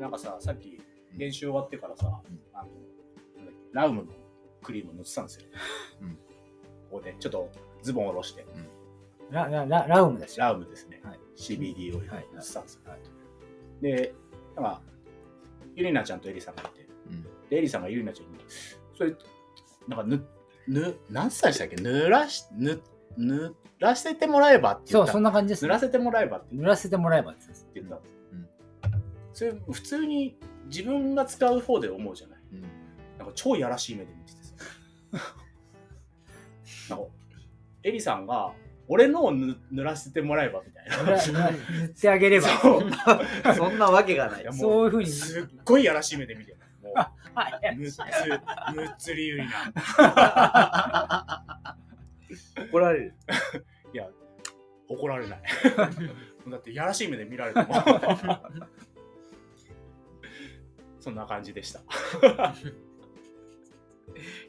なんかさ、さっき練習終わってからさ、あの、なんだっけラウムのクリーム塗ってたんですよ。うんここで、ちょっとズボン下ろして、ララララウムですよ。ラウムですね。はい CBD オイルはいはい塗ってたんですよ。で、なんか、ゆりなちゃんとエリさんがいて、うんで、エリさんがゆりなちゃんに、それ、なんかぬ、ぬ、何歳でしたっけ濡らし、ぬ、濡らせてもらえばって言そっう、たそんな感じです濡ね、らせてもらえばって濡らせてもらえばってやつ言ったんです。うんそれ、普通に自分が使う方で思うじゃない。うんなんか超やらしい目で見ててさ。 なんか、エリさんが、俺のをぬ濡らせてもらえばみたい塗ら塗ら塗ってあげれば。な。そうそんなわけがないいや。もそういうふうに。すっごいやらしい目で見てる。もう、はいむっつ、むっつりゆりな。怒られる。怒られない。 だって、やらしい目で見られても ん。そんな感じでした。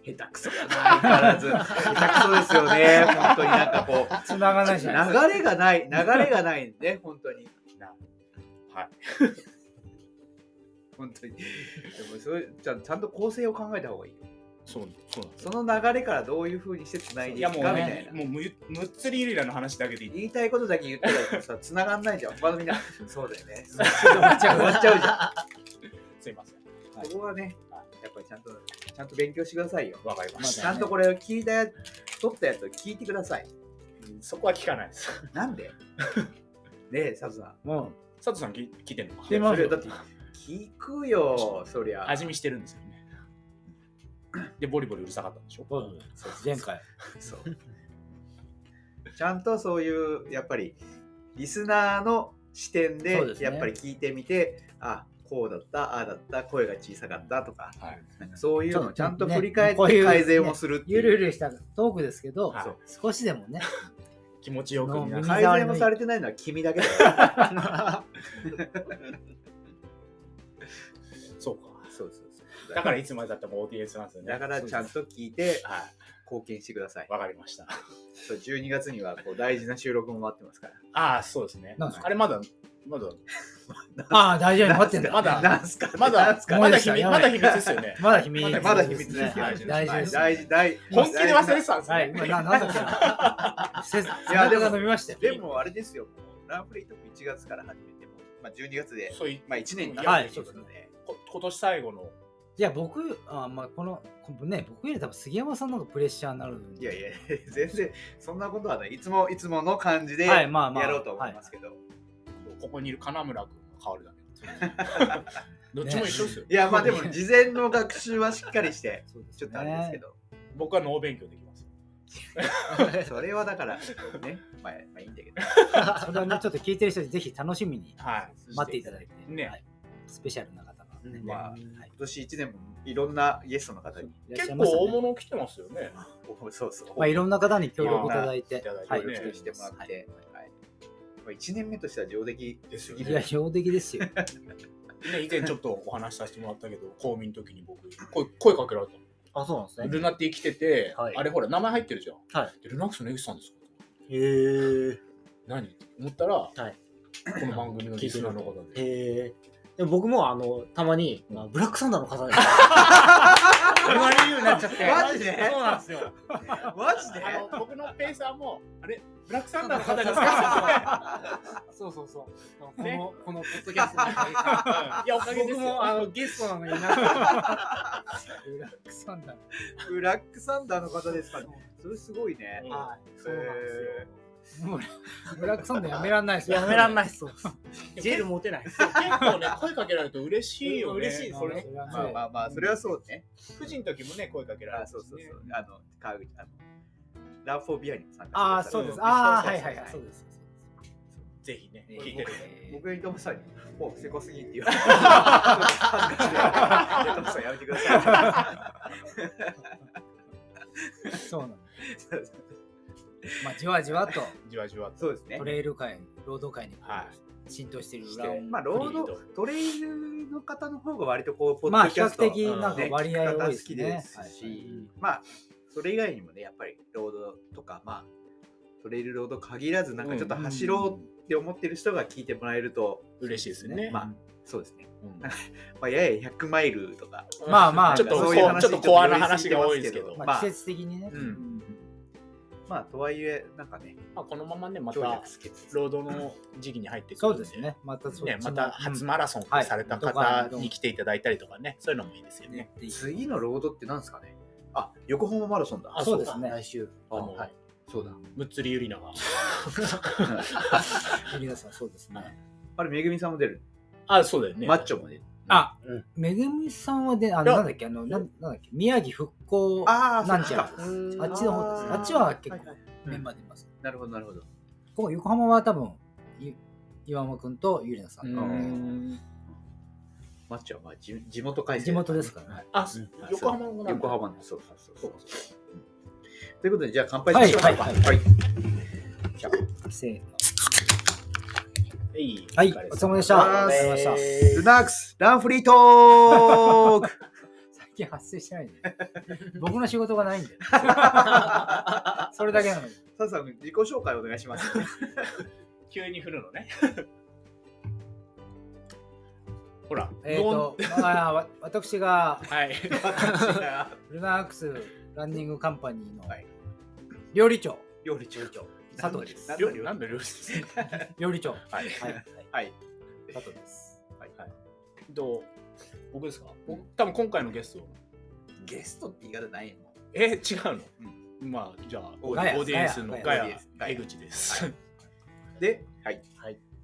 下手くそだな、相変わらず。下手くそですよね。本当になんかこう。繋がないし。流れがない、流れがないんで、ね、本当に。なはい。本当に。でもそういうちゃんちゃんと構成を考えた方がいいよ。そう、そうなんですその流れからどういうふうにして繋いでいいくやかもうみたいね、な。もうむむっつりゆりらの話だけでいい。言いたいことだけ言ってたらさ、繋がんないじゃん。他のみんな、そうだよ ね。終わっちゃう終わっちゃうじゃすいません。ん。そこはねは、やっぱりちゃんと、ちゃんと勉強してくださいよ。わかりましちた。ゃんとこれを聞いたやつ、撮ったやつを聞いてください。うんそこは聞かないです。なんで ねえ、サズさん。うん。佐藤さん聞聞いてんのか聞いてますそれだって、聞くよ、そりゃ。味見してるんですよね。で、ボリボリうるさかったんでしょそうそうそう前回。そう。ちゃんとそういう、やっぱり、リスナーの視点でそうで、すねやっぱり聞いてみて、あ、こうだった、ああだった、声が小さかったとか、はい。なんかそういうのをちゃんと振り返っそうねこういうて改善をするっていう。ゆるゆるしたトークですけど、はいそう少しでもね、気持ちよく皆さん改善もされてないのは君だ けだよ。そうか。そうそうそう。だからいつまでだっても ODS なんですよね。だからちゃんと。と聞いては貢献してくださいい。。わかりました。そう12月にはこう大事な収録も待ってますから。ああ、そうですね。なんですかあれまだ、まだ、ああ、大丈夫、待ってんだ。まだなんすかまだなんす、かま思いだ出し秘た密、やまだばい秘密ですよね。まだ秘密まですだね。まだ秘密ですよ。はい大事です。大事、大事。本気で忘れてたんですよはい、今ななんだっけな。せ いや背で中もが伸びましたよ。でもあれですよ、もうランプレイトも1月から始めても、まあ、12月で、そういまあ、1年にやなるはいということで、こ今年最後の。いや、僕、あまあ、この、このね、僕より多分杉山さんの方がプレッシャーになるんいでやい や、全然そんなことはない、いつもいつもの感じではやい、まあまあ。ろうと思いますけけど、いここにいる金村君が変わるだけ。どっちも一緒ですよ。や、まあでも、事前の学習はしっかりして、ど。そうですねちょっとあれですけど、僕は脳勉強できます。 それはだから、ね、まあ、まあ、いいんだけど、それはね、ちょっと聞いてる人にぜひ楽しみにはい。待っていただいて、ねはいスペシャルな方がね、まあはい、今年1年もいろんなゲストの方に、いらっし結ゃい構ましたね大物来てますよね。おそうそう、まあ、いろんな方に協力いただいていろんな、は協力してもらって、はいまあ、1年目としては上出来です よいや、標的ですよ。ね、以前ちょっとお話しさせてもらったけど、公民の時に僕、声声かけられたあ、そうなんですの。ルナティ来てて、はいあれほら、名前入ってるじゃん。はでルナックスの江口さんですかい。へえ。何って思ったら、はいこの番組のリスナーの方で。へえ。でも僕もあのたまに、まあ、ブラックサンダーの方で言われるようになっちゃって。マジでそうなんですよ。マジであの僕のペーサーも、あれ、ブラックサンダーの方そうがそう好きそうそうそう。こねのこのポッドキャストのおかげかいや、おかげです僕よ。もあのゲストなのにな。ブラックサンダー。ブラックサンダーの方ですかね。それすごいね。うんはい。そうなんですよ。もブラックサンダーやめらんないですうよ。やめらんない。ないっす。そうですジェル持てないっす。結構ね、声かけられると嬉しいよね。うん嬉しいですそねれ。ままあまあまあ、それはそうね。富士の時もね、声かけられあるしそね、うそうそう。あの、川口、あの、ラフォービアにも参加してくだあさいあ、そうですう。んああ、そうそはういそうはいはい。そうです。ぜひね、ね聞いてる。僕にともさんに、もうせこすぎって言われて、恥ずかしいからトモさんやめてくださそうなんです。い。まあ、じわじわとじわじわと。そうですねト。レイル界、労働界には浸透しているしラてンまあ、労働、トレイルの方の方が割とこう、ポまッあドキ比ャ較スト的なんかね割合多いで聞すき方好きね。ですし、まあそれ以外にもねやっぱりロードとかまあトレイルロード限らずなんかちょっと走ろうって思ってる人が聞いてもらえると、嬉しいですよね。まあ、そうですね。うんまあ、やや100マイルとか、まあまあちょっとなんかこちそうういうょ話っとコアな話が多いですけど、ままああまあ、季節的にね、うんまあ、とはいえ、なんかね、このままねま強た弱つけつつ労働の時期に入ってくそるんうでですねまたそっちね、また初マラソンはいされたはい方に来ていただいたりとかね、そういうのもいいですよね。ね次のロードってなんですかねあ、横浜マラソンだ。あそうですね来週。あの、はいそうだ。むっつりゆりなが。皆さんそうですね、 あれ、めぐみさんも出る。あ、そうだよね。マッチョも出る。あうんめぐみさんはであいやなんだっけあのなんなんだっけ宮城復興ああ、なんちゃそらっかうんあっちの方ですあーあっちは結構はいはいメンバーでいます、なるほど、なるほど。ここ横浜は多分い岩間君とゆりなさんうと、んマッチョはまあ地地元開催地元ですからねあん、横浜の横浜のそうそうそうそう、うんということでじゃあ乾杯はいしましょうかはいはいせーのはい、はいお疲れ様でしたお疲れ様でしたえスーナックスランフリートーク最近発生してないね僕の仕事がないんだよそれだけなのにサさん自己紹介お願いします急に振るのね。ほら、えっ、と、 まあ、わ私がノンはい。ルナークスランニングカンパニーのはい料理長、料理中長佐藤です何料の料理なんの料理です料理長、はい。はい、はい、はい佐藤です。 どう僕ですか僕多分今回のゲスト。ゲストって言い方ないのえ、違うの、まあ、じゃあ、オガヤーディエンスのガガヤヤ、江口です。ではい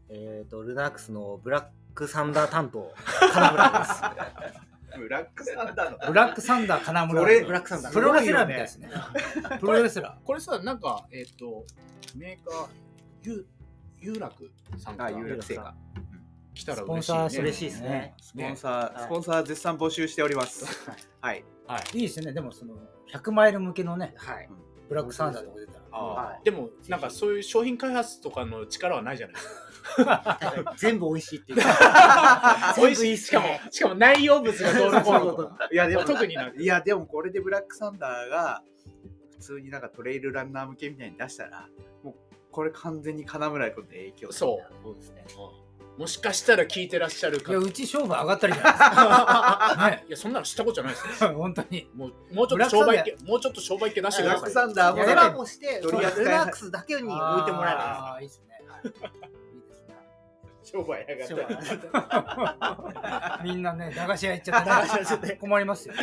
えっと、ルナークスのブラックサンダー担当、金村です。ブラックサンダーの ブラックサンダー金村。それブラックサンダー。プロレスラーみたいですね。プロレスラこれさ、なんか、えっ、と、メーカー、ゆ有楽さんかあら有楽製菓来たー。らスポ嬉ンしサーい、ね。嬉しいですね。スポンサースポンサー絶賛募集しておりますはいはい。いいですね。でもその100マイル向けのね、はい。ブラックサンダーとか出たら。あでも、なんかそういう商品開発とかの力はないじゃないですか。全部美味しいっていう。 美味しい。しかも、しかも内容物がどうのこうのとか。ーいやでも特になんかいやでもこれでブラックサンダーが普通になんかトレイルランナー向けみたいに出したらもうこれ完全に金村君の影響そう。そうですね。もしかしたら聞いてらっしゃるいかや、も。うち勝負上がったりじゃないでいや、そんなの知ったことじゃないですすか。 はい。本当に。もう、もうちょっと商売系、もうちょっと商売系出してブくラだックさい。サンダーもいやでだってももして取り扱いルナークスだけに置いてもらあーいいですね。いいですね。商売えやるがったみんなね、駄菓子屋行っちゃって、ね、困りますよ。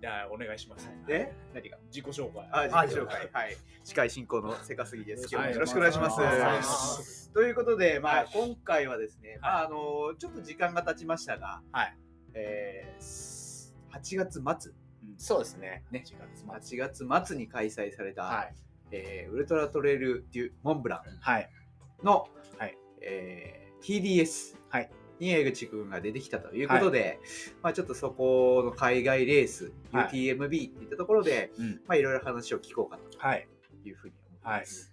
いや、お願いします。 で何が自己紹介。ああ自己紹介はい司会進行のセカスギです今日もはいよろしくお願いしますお願いしはまということでまはあい今回はですねまああのちょっと時間が経ちましたがはいえー8月末そうですね。ね時間ですまあ8月末に開催されはたい。えーウルトラトレイルデュモンブランはい。の、はいえー TDS はいに江口君が出てきたということで、まあ、ちょっとそこの海外レース、はい UTMB っていったところで、うんまあ、いろいろ話を聞こうかはい。というふうに思います。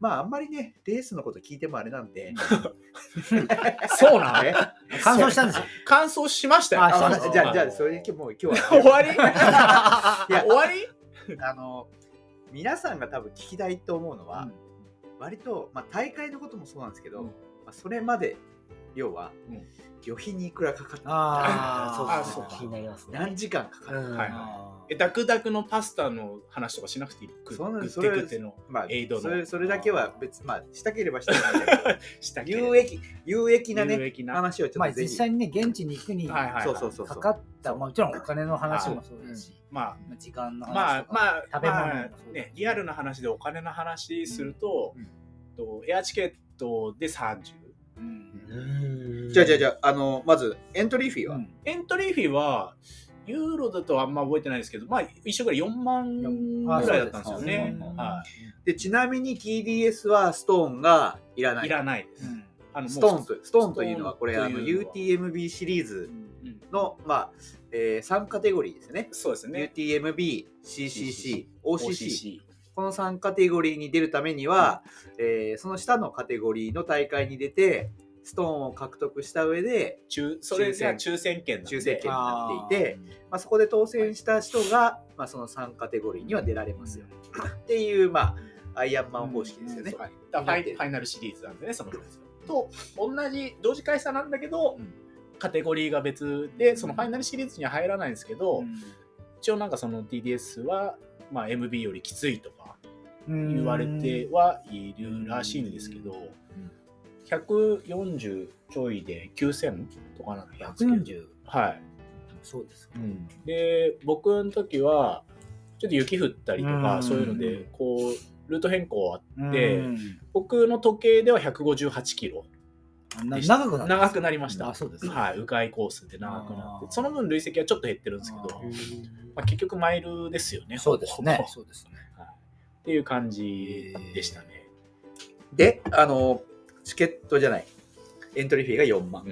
まあ、あんまりね、レースのこと聞いてもあれなんで、 そうなのね乾燥したんですよ。感想しましたよ。ああそうまですあじゃあ、じゃあ、それでもう 今日終は、わりいや終わりあの、皆さんが多分聞きたいと思うのは、割と、まあ、大会のこともそうなんですけど、うんまあ、それまで、要は、うん旅費にいくらかかった あーああ、そそううかか。気になりますね。何時間かかった、うんはいえ、ダクダクのパスタの話とかしなくていいくそうなグんでっすてくってのまあ、エイドのそれそれだけは別まあしたければしたくないん だけどしたけれど有益有益な有ね益な。話をちょまっあとぜ実ひ、際にね、現地に行くにはいかはい。そうそうそうそうかった、もちろんお金の話もそうだし、ままあ時間のあ、ま話あと、か、まあ、食べ物もまあそうだね、リアルな話でお金の話するとうん、とエアチケットで30。うんうんじゃあじゃあじゃああのまずエントリーフィーは、うんエントリーフィーは、ユーロだとあんま覚えてないですけど、まあ、一緒ぐらい4万ぐあらいだったんですよねそうです。ねはでちなみに TDS はストーンがいらないいらないです。うんあのストーンとストーンというのはこれあのというのは UTMB シリーズうんの、まあえ3カテゴリーですねそうですね。 UTMB、CCC、OCC、 OCC この3カテゴリーに出るためには、えーその下のカテゴリーの大会に出て、ストーンを獲得した上で、中それが抽選券なんで抽選券になっていて、あーまあ、そこで当選した人が、まあ、その3カテゴリーには出られますよっていう、まあ、アイアンマン方式ですよね。はい、だからファイファイナルシリーズなんでね、そのと同じ同時開催なんだけど、うんカテゴリーが別で、そのファイナルシリーズには入らないんですけど、一応なんかその TDS は、まあ、MB よりきついとか言われてはいるらしいんですけど、140ちょいで9000とかなんですけど、 140はい。そうですかで僕の時はちょっと雪降ったりとか、うんそういうのでこうルート変更はうんでうん僕の時計では158キロなでした長くなった長くなりましたあそうですかはい迂回コースで長くなっあーてその分累積はちょっと減ってるんですけどあーまあ、結局マイルですよねそうですほねぼそうですねっていう感じでしたね、で、あの、チケットじゃない、エントリーフィーが4万。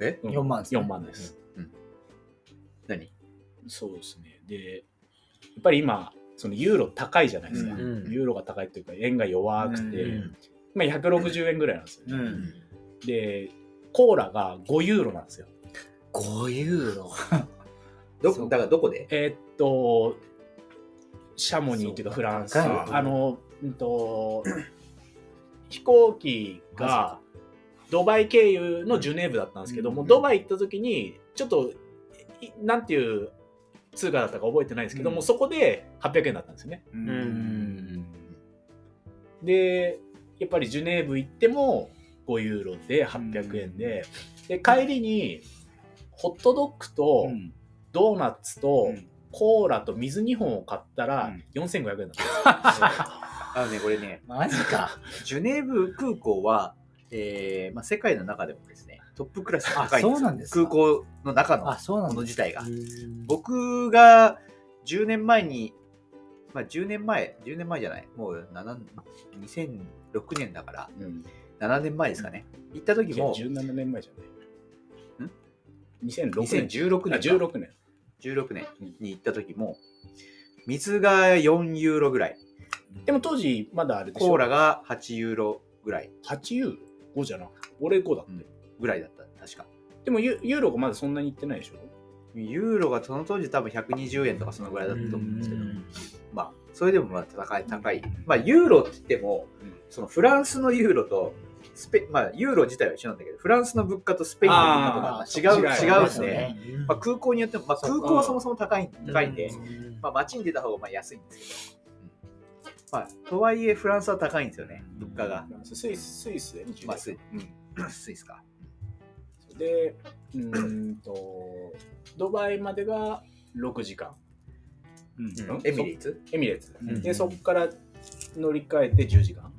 えうん4万ですね4万です、何そうですねでやっぱり今そのユーロ高いじゃないですか、うんユーロが高いっていうか円が弱くて、うんまあ、160円ぐらいなんですよね、うんでコーラが5ユーロなんですよ5ユーロ。どそうだからどこでえーっとシャモニーというかフランスそうかあの、うん、と飛行機がドバイ経由のジュネーブだったんですけど、うんもうドバイ行った時にちょっといなんていう通貨だったか覚えてないですけど、うんもうそこで800円だったんですよねうでやっぱりジュネーブ行っても5ユーロで800円で,、で帰りにホットドッグとうんドーナツと、うんコーラと水2本を買ったら4500円だったんですよ、あのね、これね、マジかジュネーブ空港は、えーまあ、世界の中でもですね、トップクラスに高いあそうなんですか空港の中のあそうなもんのだ自体が。僕僕が10年前に、まあ、10年前、10年前じゃない、もう7 2006年だから、うん7年前ですかね。行った時も、 17年前じゃない2006年2016あ年か16年16年に行った時も、水が4ユーロぐらい、でも当時まだあれでしょコーラが8ユーロぐらい、 8ユーロ5じゃなくて俺5だって、うんぐらいだった、確か。でもユユーロがまだそんなにいってないでしょユーロがその当時多分120円とかそのぐらいだったと思うんですけど、うんまあ、それでもまあ高い、高い。まあ、ユーロって言ってもうん、そのフランスのユーロと、スペまあ、ユーロ自体は一緒なんだけど、フランスの物価とスペインの物あ価ーとか違う違う違うんすで、ねまあ、空港によっても、まあ、そう空港はそもそも高いん高いんで、まあ、街に出た方がまあ安いんですけど、まあ、とはいえフランスは高いんですよね、物価が。スイススイスで20まあ、スイうんスイスか。でうーんとドバイまでが6時間うんエミリーツエミレーツ、うんでそこから乗り換えて10時間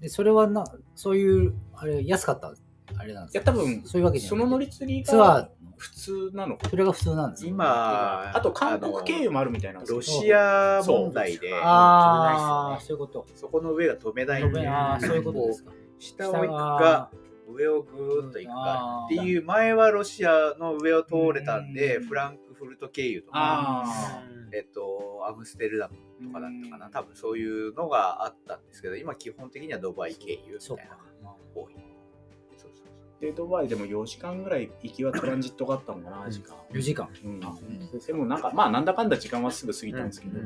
でそれはなそういうあれ安かったあれなんでいすやか多分そういうわけじゃそなの乗いり継ぎツアーが普通なのかそれが普通なんですね今、あと韓国経由あもあるみたいなんのですよロシア問題で、ああそういうことそこの上が止めないんでああそういうことですか下を行くか、上をぐーっと行くかっていう、前はロシアの上を通れたんで、うんフランクフルト経由とか、あえっと、アムステルダムーとかだったかな、多分そういうのがあったんですけど、今基本的にはドバイ経由みたそいうかなのが多い。そうそうそうでドバイでも4時間ぐらい行きはトランジットがあったのかなうん時間、 4時間うんあでもなんかまあなんだかんだ時間はすぐ過ぎたんですけど、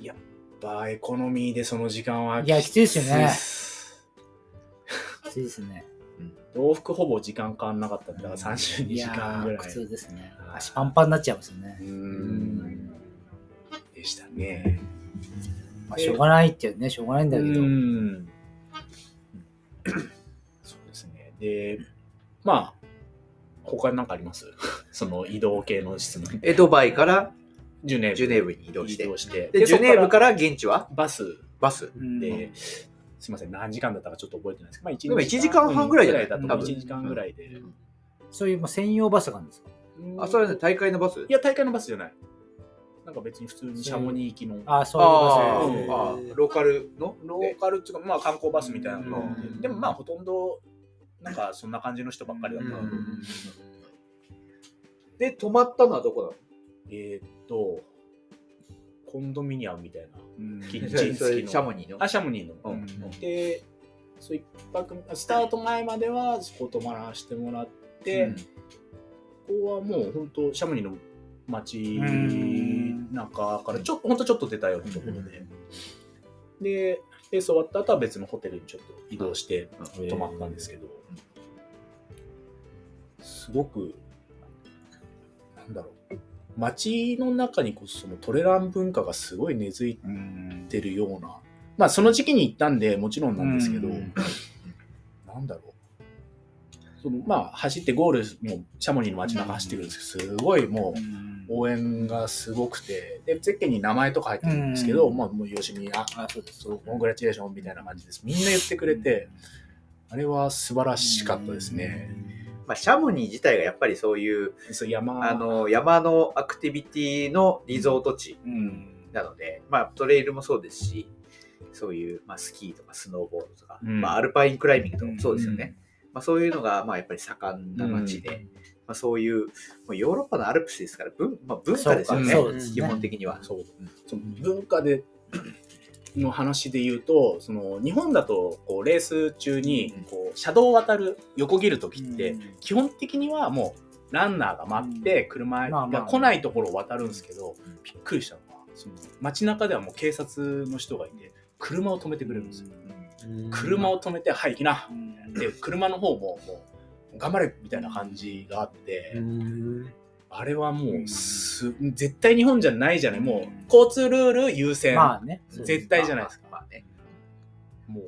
やっぱエコノミーでその時間はいやきついですよきねついっすきついですね往復ほぼ時間変わんなかったんだから32い時や間ぐーらい苦痛ですねはい足パンパンになっちゃいますようねーんでしたねまあしょうがないっていうねしょうがないんだけどうーんそうですね。で、まあ、他に何かあります その移動系の質問。え、ドバイからジュネーブ。ジュネーブに移動移して動。して。で、ジュネーブからら現地はバスバス。で、すいません、何時間だったかちょっと覚えてないですけど、まあ、1でも1時間半ぐらいじゃないだと多思う。分1時間ぐらいで。そういうもう専用バスがあるんですかあ、それはね、大会のバスいや、大会のバスじゃない。なんか別に普通にシャモニー行きの。ああそういうあバスうーんあー、ローカルのローカルっていうか、まあ観光バスみたいなのがあってうんでもまあほとんど、なんかそんな感じの人ばっかりだったので、うんで、泊まったのはどこだえーっと、コンドミニアムみたいな。キッチンそ付れきシャの。モニーの。あ、シャムニーの。うんで、そう一泊、スタート前まではそこ泊まらせてもらって、ここはもう本当シャムニーの街うん中からちょっと、ほんとちょっと出たようなところで。で、レース終わった後は別のホテルにちょっと移動してうん泊まったんですけど、すごく、なんだろう。街の中にこそそのトレラン文化がすごい根付いうんてるような、まあその時期に行ったんでもちろんなんですけど、うんなんだろう。そのまあ走ってゴール、もうシャモニーの街中走ってくるんですけど、すごいもう、応援がすごくて、で、ゼッケンに名前とか入ってるんですけど、うんまあ、もう、よしみ、あ、あそうです、そう、コングラチュレーションみたいな感じです。みんな言ってくれて、あれは素晴らしかったですね。まあ、シャモニー自体がやっぱりそういうそう、山、あの山のアクティビティのリゾート地なので、まあ、トレイルもそうですしそういう、まあ、スキーとかスノーボードとか、うんまあ、アルパインクライミングとかもそうですよね、まあ、そういうのが、まあ、やっぱり盛んな街で、まあ、そういうもうヨーロッパのアルプスですから文,、まあ、文化ですよねそうかそうですね基本的には。そう、その文化で、の話で言うと、その、日本だと、こう、レース中にうん、こう、車道を渡る、横切るときって、うん基本的にはもう、ランナーが待って、車まあまがあ来ないところを渡るんですけど、びっくりしたのは、その街中ではもう警察の人がいて、車を止めてくれるんですよ。車を止めて、はい、行きな。で、車の方も、もう、頑張れみたいな感じがあって、あれはもうす、絶対日本じゃないじゃない、もう、交通ルール優先、まあね。絶対じゃないですか。まあまあねもう、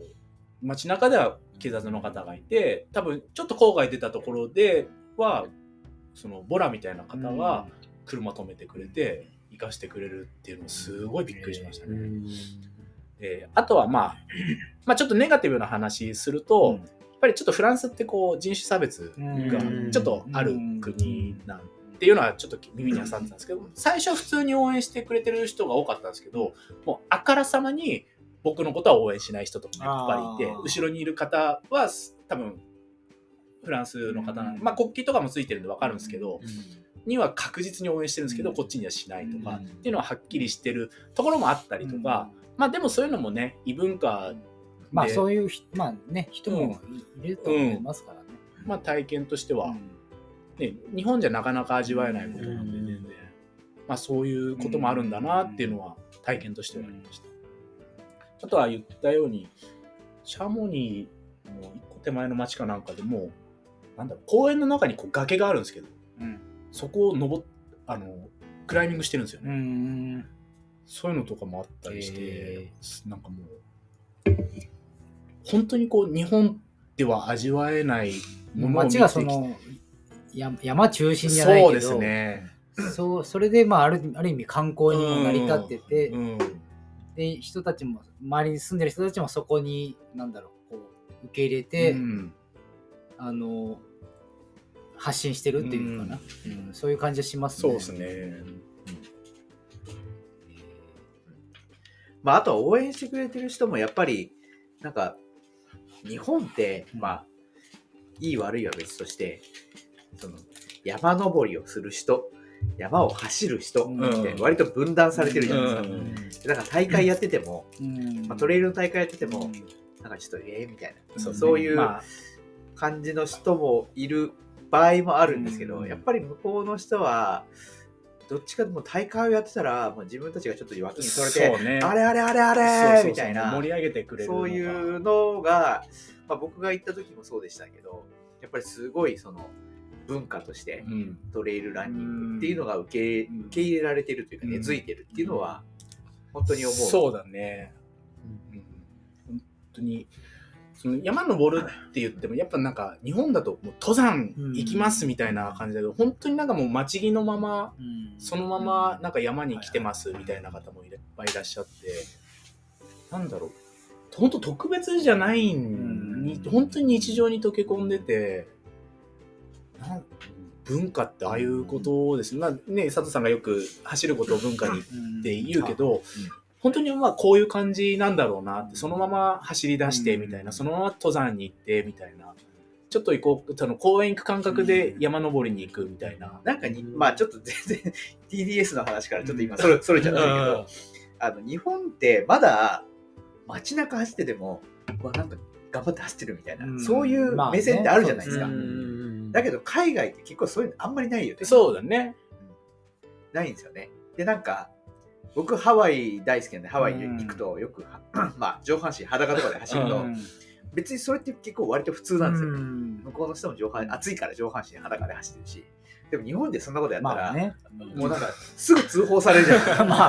街中では警察の方がいて、多分、ちょっと郊外出たところでは、その、ボラみたいな方が、車止めてくれて行かしてくれるっていうのすごいびっくりしましたね。であとはまあまあちょっとネガティブな話すると、やっぱりちょっとフランスってこう人種差別がうんちょっとある国なんていうのはちょっと耳に挟んでたんですけど最初は普通に応援してくれてる人が多かったんですけどもうあからさまに僕のことは応援しない人とかもやっぱりいてあー後ろにいる方は多分フランスの方なんで、うんまあ国旗とかもついてるんでわかるんですけど、には確実に応援してるんですけど、うんこっちにはしないとか、うんっていうのははっきりしてるところもあったりとか、まあでもそういうのもね異文化で、まあそういうひ、まあね、人もいると思いますからね。まあ体験としては、ね、日本じゃなかなか味わえないことなんで、うん全然まあ、そういうこともあるんだなっていうのは体験としてはありました。あとは言ったようにシャモニーの一個手前の町かなんかでもなんだろう公園の中にこう崖があるんですけどそこを登っあのクライミングしてるんですよね。うん。そういうのとかもあったりして、へなんかもう、本当にこう、日本では味わえないものを見て街きがその、や山中心じゃないけど、そうですね。そうそれで、まあ、あるある意味観光にも成り立ってて、うん。で人たちも周りに住んでる人たちもそこになんだろうこう受け入れて、うんあの発信してるっていうのかな、うんそういう感じがしますそね。うですね。まあ、あとは応援してくれてる人もやっぱりなんか日本ってまあいい悪いは別としてその山登りをする人山を走る人ってうん割と分断されてるじゃないですか、うんだから大会やってても、うんまあ、トレイルの大会やっててうも、んなんかちょっとええみたいなそそうう,、ねいうまあ感じの人もいる場合もあるんですけど、うんやっぱり向こうの人はどっちかでも大会をやってたらもう自分たちがちょっと脇にそれてうねあれあれあれあそうそうれそうみたいな盛り上げてくれるのがそういうのが、まあ、僕が行った時もそうでしたけどやっぱりすごいその文化としてうんトレイルランニングっていうのが受け受け入れられてるというかうん根付いてるっていうのは本当に思う。そうだね、うん本当にその山登るって言ってもやっぱなんか日本だともう登山行きますみたいな感じだけど、本当になんかもう待ち木のままうんそのままなんか山に来てますみたいな方もいっぱいいらっしゃってなんだろう本当特別じゃないんにうん本当に日常に溶け込んでてなん文化ってああいうことですね、まあね佐藤さんがよく走ることを文化にって言うけど、本当にまあこういう感じなんだろうなってそのまま走り出してみたいな、うんそのまま登山に行ってみたいなちょっと行こうその公園行く感覚で山登りに行くみたいな。なんかに、まあちょっと全然 TDS の話からちょっと今それそれちゃったけど、あの日本ってまだ街中走っててもうわなんか頑張って走ってるみたいな、うんそういう目線ってあるじゃないですか、まあねそうでだけど海外って結構そういうのあんまりないよねそうだね。ないんですよねでなんか僕ハワイ大好きなんでハワイうんに行くとよく は、まあ、上半身裸とかで走ると、う別にそれって結構割と普通なんですよ、ん向こうの人も上半暑いから上半身裸で走ってるしでも日本でそんなことやったら、まあね。もうなんかすぐ通報されるじゃん ま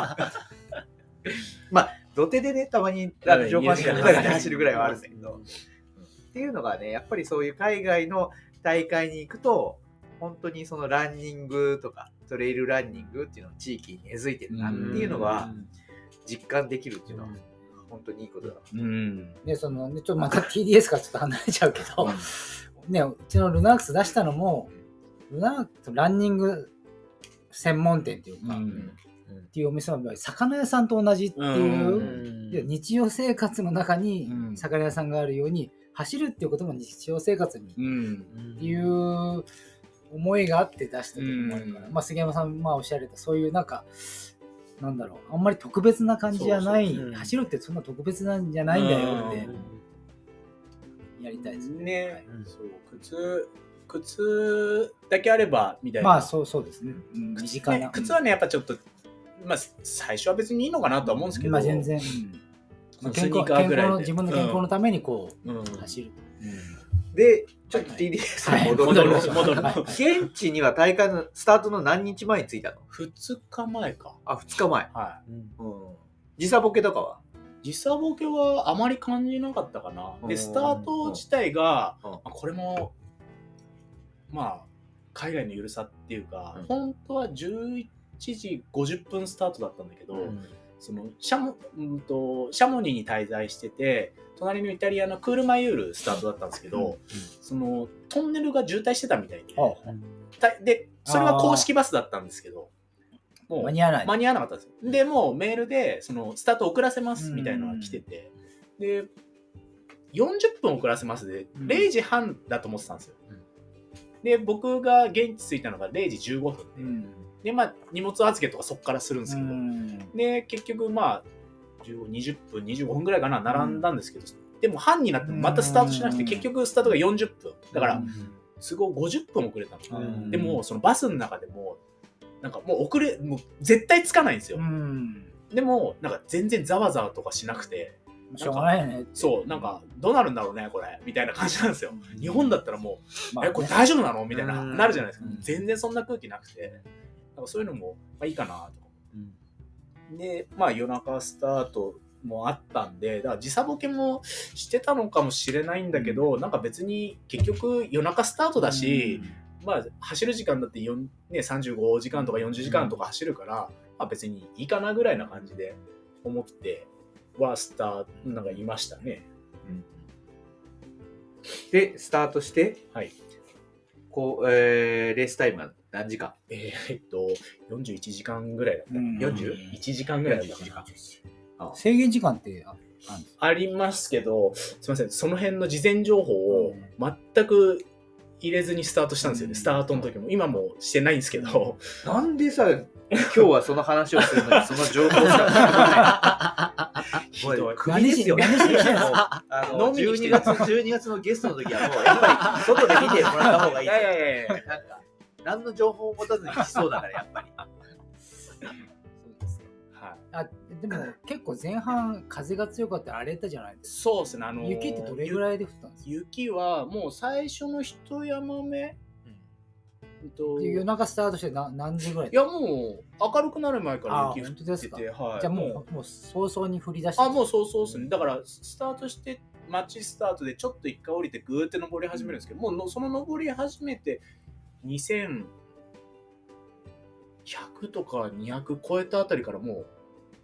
あ、土手でねたまにあのうん上半身言うよね裸で走るぐらいはあるんだけど、っていうのがねやっぱりそういう海外の大会に行くと本当にそのランニングとかトレイルランニングっていうのを地域に根付いてるなっていうのは実感できるっていうのは本当にいいことだなうん。ね、その、ね、ちょっとまた TDS からちょっと離れちゃうけど、ね、うちのルナークス出したのも、ルナークスランニング専門店っていうか、うっんていうお店の場合、魚屋さんと同じってういう、んで日常生活の中にうん魚屋さんがあるように、走るっていうことも日常生活にうん。っていう思いがあって出したところもあるから、うんまあ、杉山さんまあおっしゃられたそういうなんかなんだろうあんまり特別な感じじゃないそうそううん走るってそんな特別なんじゃないんだよってやりたいですね。ね、そう靴靴だけあればみたいな。まあそうそうですね。うん身靴近ねな。靴はねやっぱちょっとまあ最初は別にいいのかなとは思うんですけど。まあ全然。まあ健スニ康ーカー健ぐらい康での自分の健康のためにこうん。う走る。でちょっとはい TDS に戻戻るる、戻る。現地には大会のスタートの何日前に着いたの二日前か。あ2日前、は。うん、時差ボケとかはい時差ボケはあまり感じなかったかな。うでんスタート自体が、うんまあこれもまあ海外のゆるさっていうか、うん本当は11時50分スタートだったんだけど。そのシャモうんとシャモニーに滞在してて隣のイタリアのクールマイユールスタートだったんですけど、そのトンネルが渋滞してたみたいであたでそれは公式バスだったんですけどもう間に合わない。間に合わなかったんですよでもうメールでそのスタート遅らせますみたいなのが来てて、で40分遅らせますでうん0時半だと思ってたんですよ、うんで僕が現地着いたのが0時15分で,、うんでまあ荷物預けとかそこからするんですけど、で結局まあ15 20分25分ぐらいかな並んだんですけど、でも半になってもまたスタートしなくてうん結局スタートが40分だからうんすごい50分遅れたの、うんでもそのバスの中でもなんかもう遅れもう絶対つかないんですよ、うん。でもなんか全然ざわざわとかしなくてしょうがないよね。そうなんかどうなるんだろうねこれみたいな感じなんですよ日本だったらもう、まあえこれね大丈夫なのみたいな、うんなるじゃないですか、うん全然そんな空気なくてなんかそういうのも、まあ、いいかなとかで、まあ夜中スタートもあったんで、だから時差ボケもしてたのかもしれないんだけど、なんか別に結局夜中スタートだし、まあ走る時間だって4、ね、35時間とか40時間とか走るから、まあ別にいいかなぐらいな感じで思ってはスタート、なんかいましたね。でスタートしてはい。こう、えーレースタイムは何時間えーっと、41時間ぐらいだったかうんな。41時間ぐらいだったかな。制限時間ってああるんですかありますけど、すみません、その辺の事前情報を全く入れずにスタートしたんですよね、うんスタートの時も。今もしてないんですけど、なんでさ今日はその話をするのにその情報がひ どい。首ですよ何し何しに来たんですあの飲みに来て12る月12月のゲストの時はもうやっぱり外で見てもらった方がいいいやいやいやなんか何の情報を持たずに来そうだからやっぱりはい、あでも結構前半風が強かったら荒れたじゃないですそうですね、あか。のー雪ってどれぐらいで降ったんですかゆ雪はもう最初の一山目、うんと夜い中スタートしてな何時ぐらいやもう明るくなる前からあ雪本当降でっすてかて、はい、じゃあもうもう早々に降り出してあもうそうそうですねだからスタートして街スタートでちょっと一回降りてぐーって登り始めるんですけど、もうのその登り始めて2100とか200超えたあたりからもう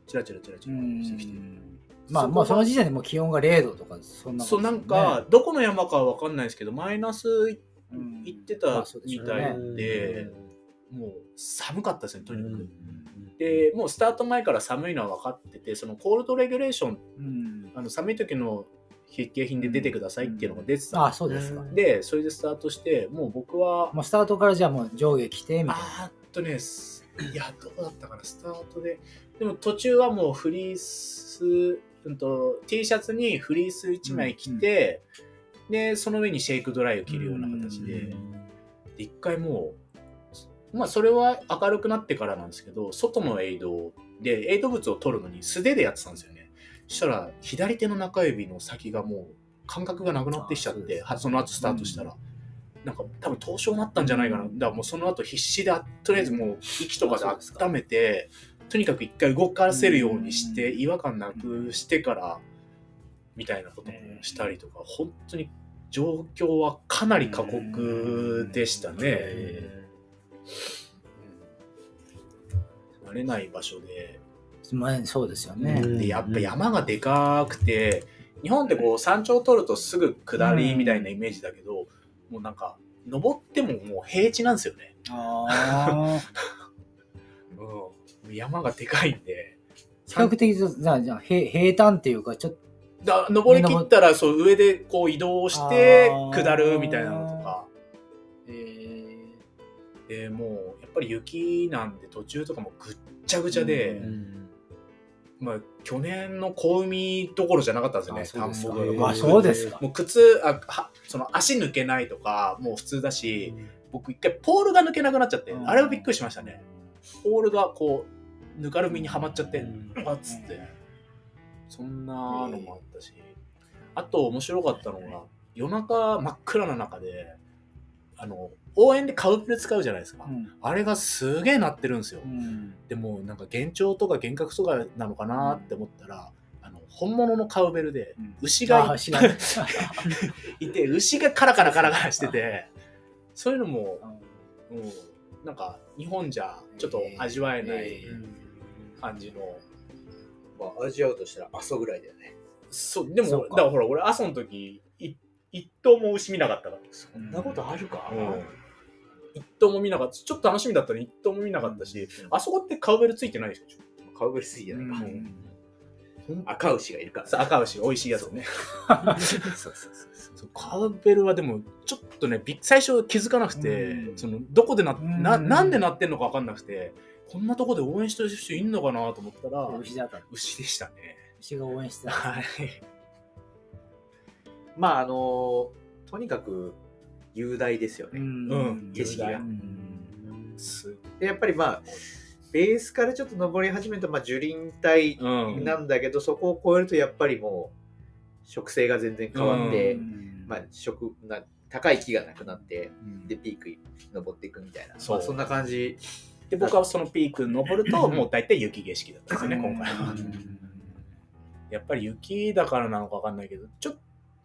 チラチラチラチうラしてきてんまあそこがまあその時点でもう気温が0度とかそんなそうもなんですよねかどこの山かは分かんないですけどマイナスいうん行ってまたあそうでしみょうたねいでもう寒かったですねとにかく。でで、もうスタート前から寒いのは分かっててそのコールドレギュレーションうんあの寒い時の必景品で出てくださいっていうのが出てたんであそうですかうんで、それでスタートして、もう僕は、もうスタートからじゃあもう上下来てみたいなあーっとね、すいや、どこだったかな、スタートで。でも途中はもうフリース、うんと、T シャツにフリース1枚着て、で、その上にシェイクドライを着るような形で、うで、一回もう、まあ、それは明るくなってからなんですけど、外のエイドをで、エイト物を取るのに素手でやってたんですよね。そしたら、左手の中指の先がもう感覚がなくなってきちゃっあそうでて、はその後スタートしたら、なんか多分凍傷になったんじゃないかな。だからもうその後必死で、あとりあえずもう息とかであそうですか温めて、とにかく一回動かせるようにして、違和感なくしてから、みたいなこともしたりとか、本当に状況はかなり過酷でしたね。うん慣れない場所で、まあそうですよね。うんでやっぱ山がでかくて、日本ってこう山頂取るとすぐ下りみたいなイメージだけど、もうなんか、登ってももう平地なんですよね。ああ。うん、山がでかいんで。 比較的じゃあじゃあ平平坦っていうかちょっとだ登り切ったらそう上でこう移動してあー下るみたいなのとか。でもうやっぱり雪なんで途中とかもぐっちゃぐちゃで、うんまあ、去年の小海どころじゃなかったんあですそうよね田んぼですかがまあそうですか。もう靴あはその足抜けないとかもう普通だし、僕一回ポールが抜けなくなっちゃって、うんあれはびっくりしましたねポールがこうぬかるみにはまっちゃって、うわっつって、そんなのもあったし、あと面白かったのが夜中真っ暗な中であの応援でカウペル使うじゃないですか、うんあれがすげえ鳴ってるんですよ、うんでもなんか幻聴とか幻覚とかなのかなって思ったら、あの本物のカウベルでうん牛がい,、あ知らないいて牛がカラカラカラカラしててそういうのも、うん、なんか日本じゃちょっと味わえない感じの、まあ、味わうとしたら阿蘇ぐらいだよね。そうでもそうかだからほら俺阿蘇の時い一頭も牛見なかったか、そんなことあるから一頭も見なかったちょっと楽しみだったのに一頭も見なかったし、あそこってカウベルついてないでしょカウベルスイじゃないか。赤牛がいるからそう赤牛美味しいやつねそうそうそうそうそうカウベルはでもちょっとねびっ最初気づかなくて、うんそのどこでな,、んななんでなってんのか分かんなくてこんなとこで応援してる人いんのかなと思ったら牛だったの牛でしたね牛が応援してた。はいまあ、あのーとにかく雄大ですよね。うん景色がうんすでやっぱりまあベースからちょっと登り始めると、まあ、樹林帯うんなんだけど、そこを越えるとやっぱりもう植生が全然変わって、うんまあ、植な高い木がなくなってうんでピークに登っていくみたいなそうまあそんな感じで僕はそのピーク登るともう大体雪景色だったんですよねうん今回はやっぱり雪だからなのか分かんないけどちょっ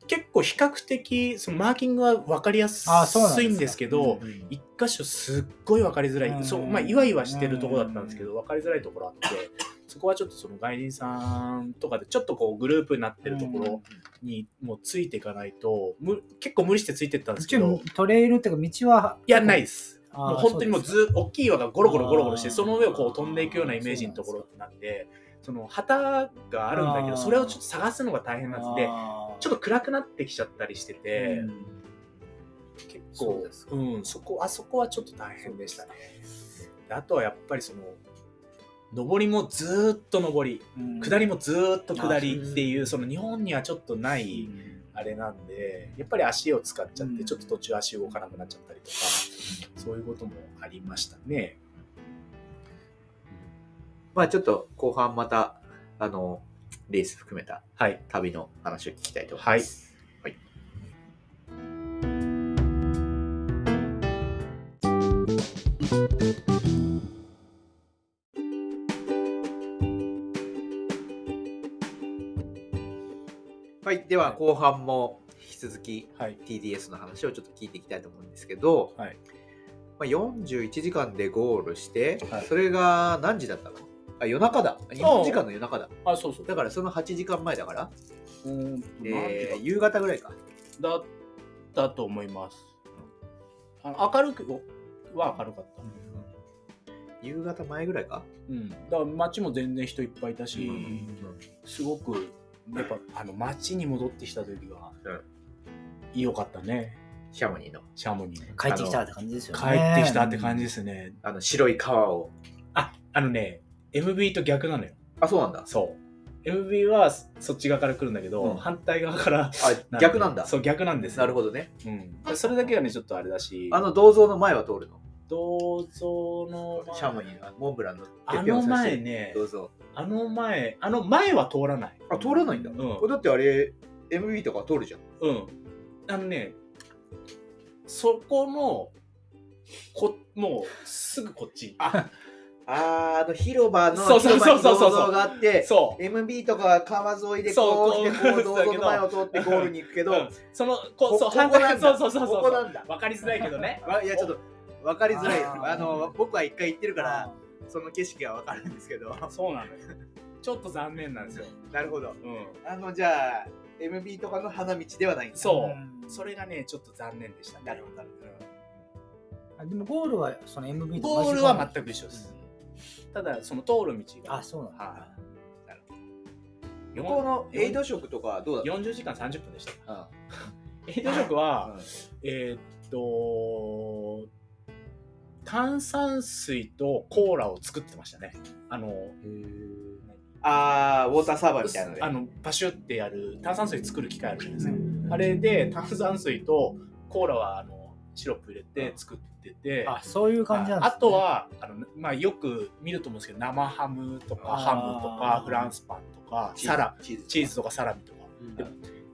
結構比較的そのマーキングは分かりやすあそうなんですかいんですけど一箇所すっごい分かりづらい、うんそうまあいわいわしてるとこだったんですけど、う分かりづらいところあってそこはちょっとその外人さんとかでちょっとこうグループになってるところにもうついていかないとむ結構無理してついてったんですけ一応どトレイルっていうか道はやんないですあもーう本当にもうそですず大きい岩がゴロゴロゴロゴロしてあーその上をこう飛んでいくようなイメージのところなんでその旗があるんだけあーどそれをちょっと探すのが大変なんかですであーちょっと暗くなってきちゃったりしてて、うん結そう構ですう、ん、そこあそこはちょっと大変でしたねであとはやっぱりその上りもずーっと上りうん下りもずーっと下りっていううその日本にはちょっとないあれなんでやっぱり足を使っちゃっうてんちょっと途中足動かなくなっちゃったりとかそういうこともありましたねまあちょっと後半またあのレース含めたはい旅の話を聞きたいと思います、はいはいでは後半も引き続きはい TDS の話をちょっと聞いていきたいと思うんですけど、はいまあ、41時間でゴールして、はいそれが何時だったのあ夜中だ日本時間の夜中だあそうそうだからその8時間前だから、うーんとえー夕方ぐらいかだったと思いますあの明るくは明るかった夕方前ぐらいか、うん、だから街も全然人いっぱいいたし、うんすごくやっぱあの街に戻ってきた時がうん良かったねシャモニーのシャモニー帰ってきたって感じですよね。帰ってきたって感じですねあの白い川をああのね MV と逆なのよあそうなんだそう MV はそっち側から来るんだけど、うん反対側からあ逆なんだそう逆なんですなるほほどねど、うん、それだけがねちょっとあれだしあの銅像の前は通るの銅像の前シャモニーはモンブランのてあっぺんのを刺して前るねどうぞあの前あの前は通らないあ通らないんだ、うんこれだってあれ MV とか通るじゃんうんあのねそこのこもうすぐこっちあーあの広場のそうそう広そうそ場にうそう銅像があってそう MB とか川沿いでこう来てそうこうこう銅像の前を通ってゴールに行くけど、うんそのこそうここなんだ反対そうそうそうこそうこなんだわかりづらいけど ねわいやちょっと分かりづらいああーの僕は一回行ってるからその景色は分かるんですけど そうなのよちょっと残念なんですよ、なるほどうん、あのじゃあ MB とかの花道ではないんだそううんそれがねちょっと残念でしたねなるほどなるあでもゴールはその MV と同じゴールは全く一緒です、ただその通る道があ、そうなんだ。は向こうのエイド食とかはどうだっ40時間30分でしたたあエイド食は、うんえーっと炭酸水とコーラを作ってましたねあのあーウォーターサーバーみたいなのであのパシュってやる炭酸水作る機械あるじゃないですか、あれで炭酸水とコーラはあのシロップ入れて作ってて、あ、そういう感じなんです、あと、はあの、まあ、よく見ると思うんですけど生ハムとかあーハムとかフランスパンとかサラチーズチーズとかサラミとかうんで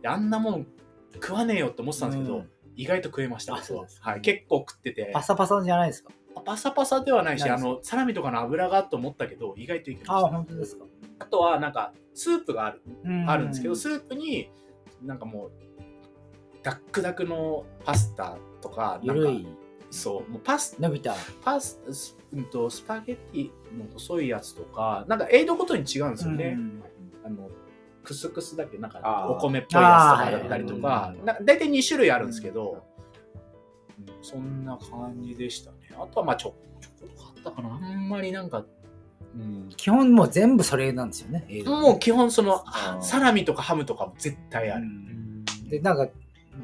であんなもん食わねえよって思ってたんですけど、うん意外と食えましたあそうですはい、結構食っててパサパサじゃないですか。パサパサではないしないあですかのサラミとかの油がと思ったけど意外といけまあ、したあ本当ですか。とはなんかスープがあるあるんですけど、うスープになんかもうダックダクのパスタとかゆなんるかい、そうもうパス伸びた。パスス,、うん、とスパゲッティの細いやつとかなんかエイドごとに違うんですよね、うんあのクスクスだっけなんかあーお米っぽいやつとかだったりとあーはかいはいなんか大体2種類あるんですけど、うんそんな感じでしたねあとはまあちょちょこっと買ったかなあんまりなんか、うん、基本もう全部それなんですよね。映像もう基本そのあーサラミとかハムとかも絶対ある、で、なんか、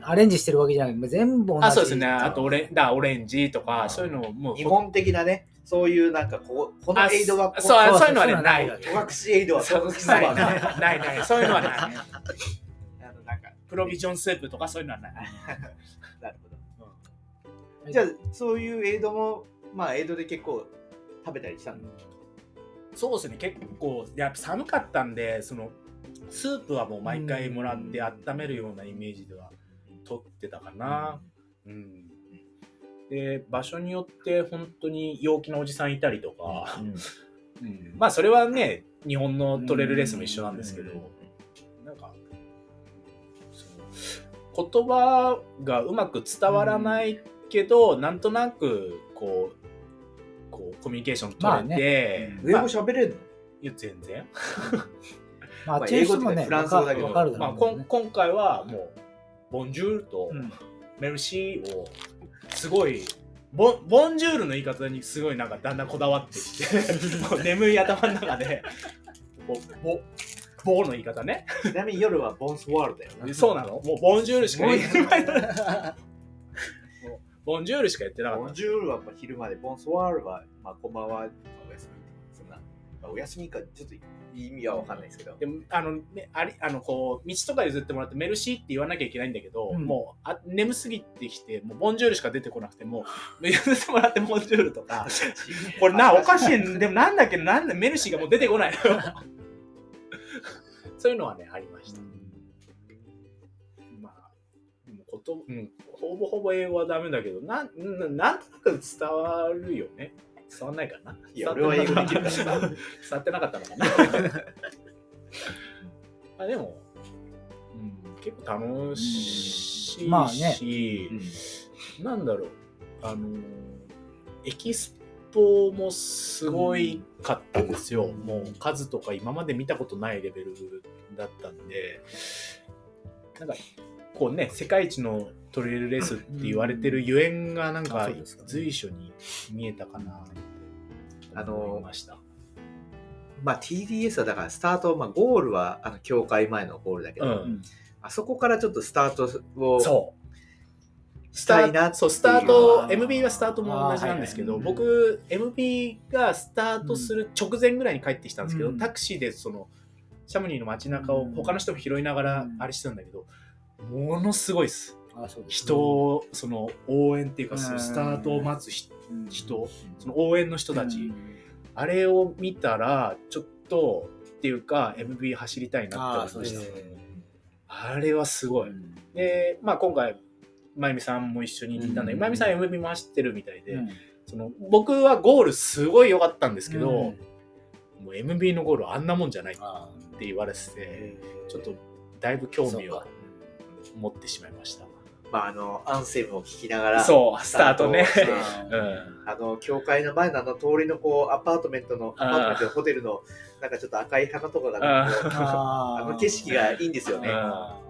アレンジしてるわけじゃなくて、全部同じ。あそうですねあとオレンだオレンジとうかんそういうのも日本的なねそういうなんかこうこのあエイドはこそうあそうそういうのはねそうないそう戸隠エイドは戸そう隠そなばいがないないないそういうのは ないあのなんかプロビジョンスープとかそういうのはないなるほどうんじゃあそういうエイドもまあエイドで結構食べたりしたのそうですね結構やっぱ寒かったんでそのスープはもう毎回もらって温めるようなイメージでは取ってたかなうん、で場所によって本当に陽気なおじさんいたりとか、うんまあそれはね日本のトレイルレースも一緒なんですけど、なんかそう言葉がうまく伝わらないけど、なんとなくこうこうコミュニケーション取れて、英語まあ喋れるいや全然、まあ、あっちの人もまあ英語とかね、フランス語だけどわかるだまあ、ろうこけどんね。今回はもう「ボンジュール」とうん「メルシー」をすごいボンボンジュールの言い方にすごいなんかだんだんこだわってきて もう眠い頭の中で「ボ」ボ「ボ」の言い方ねのちなみに夜はボンスワールドだよなそうなのもうボンジュールしか言えす ごいない。もうボンジュールしか言ってなかボっンジュールはまあ昼まで、ボンソワールは、まあ、こんばんは、まあお休み。そんな、まあお休みか、ちょっと意味はわかんないですけどた。。でもあのねありあのこう道とか譲ってもらってメルシーって言わなきゃいけないんだけど、うんもうあ眠すぎてきてもうボンジュールしか出てこなくてもう譲ってもらってボンジュールとかこれなおかしいんでもなんだっけなんだメルシーがもう出てこない のよそういうのはねありました、まあでもこと、うん、ほぼほぼ英語はダメだけどなんななんとなく伝わるよね伝わんないかないや、俺は英語できるか伝ら。わってなかったのかなあでも、うん、結構楽しいし、まあねなんだろうあのーエキスポもすごいかったんですよ、もう数とか今まで見たことないレベルだったんでなんかこうね世界一のトレイルレースって言われてるゆえんがなんあかそうですかね随所に見えたかなって思いました、まあ、TDS はだから、スタート、まあ、ゴールは、あの、教会前のゴールだけど、うんうんあそこからちょっとスタートを、そう。スたタいなっていうそうスタートあー MB はスタートも同じなんですけど、あーはいはい僕 MB がスタートする直前ぐらいに帰ってきたんですけど、うんタクシーでそのシャムニーの街中を他の人も拾いながらうんあれしてたんだけど、ものすごいですあそう です人を、その応援っていうか、そのうんスタートを待つひうん人、その応援の人たち、あれを見たら、ちょっとっていうか、MV 走りたいなってあ思あいそうまでしすた。ねあれはすごい。で、まあ、今回、まゆみさんも一緒に行ったんだけうんど、まゆみさん MV も走ってるみたいで、うんその僕はゴールすごい良かったんですけど、うんもう MV のゴールはあんなもんじゃないっあて言われてあて、ちょっとだいぶ興味を持ってしまいました。まああのアンセムを聞きながらそう、スタートね。スタートをしてあうーん。あの教会の前のあの通りのこうアパートメントのあーアパートメントのホテルのなんかちょっと赤い花とかがなんかこうああーの景色がいいんですよね。うん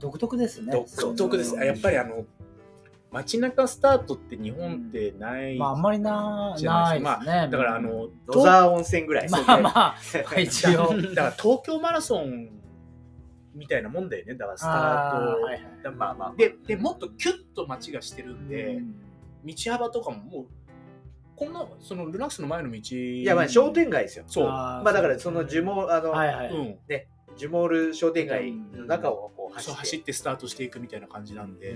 独特ですね独特です。そうやっぱりあの、街中スタートって日本ってない。まああんまりなじゃなないいでですすかね、だからあの、野沢温泉ぐらい。まあまあまあ一東応だから東京マラソンみたいなもんだよね。だからスターあト。ーはいはいだ まあまあででもっとキュッと街がしてるんで、うん道幅とかももうこんなそのルナックスの前の道いやまあ商店街ですよ。そうあーまあだからそのジュモーあの、はいはい、うん、ジュモール商店街の中をこう走そうって。走ってスタートしていくみたいな感じなんで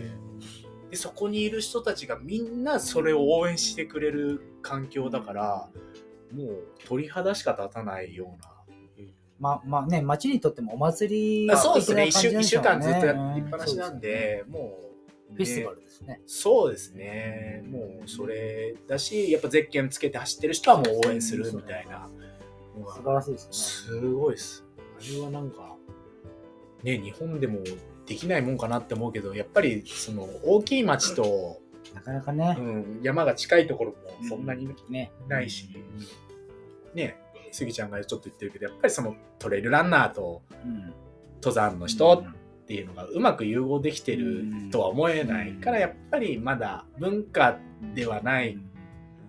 でそこにいる人たちがみんなそれを応援してくれる環境だからもう鳥肌しか立たないような。まあまあね町にとってもお祭りあそうですね1的な週感じなん一週しょ間ずっとやっうねてっぱなしなんうんそうすよねで、もう、フェスティバルルですねそうですね、もうそれだし、やっぱゼッケンつけて走ってる人はもう応援するみたいなのが素晴らしいですねすごいっす。あれはなんか、ね、日本でもできないもんかなって思うけど、やっぱりその大きい町と、なかなかうね、ん、山が近いところもそんなにねないし、ね、スギちゃんがちょっと言ってるけど、やっぱりそのトレイルランナーとうん、登山の人っていうのがうまく融合できてるとは思えないから、やっぱりまだ文化ではない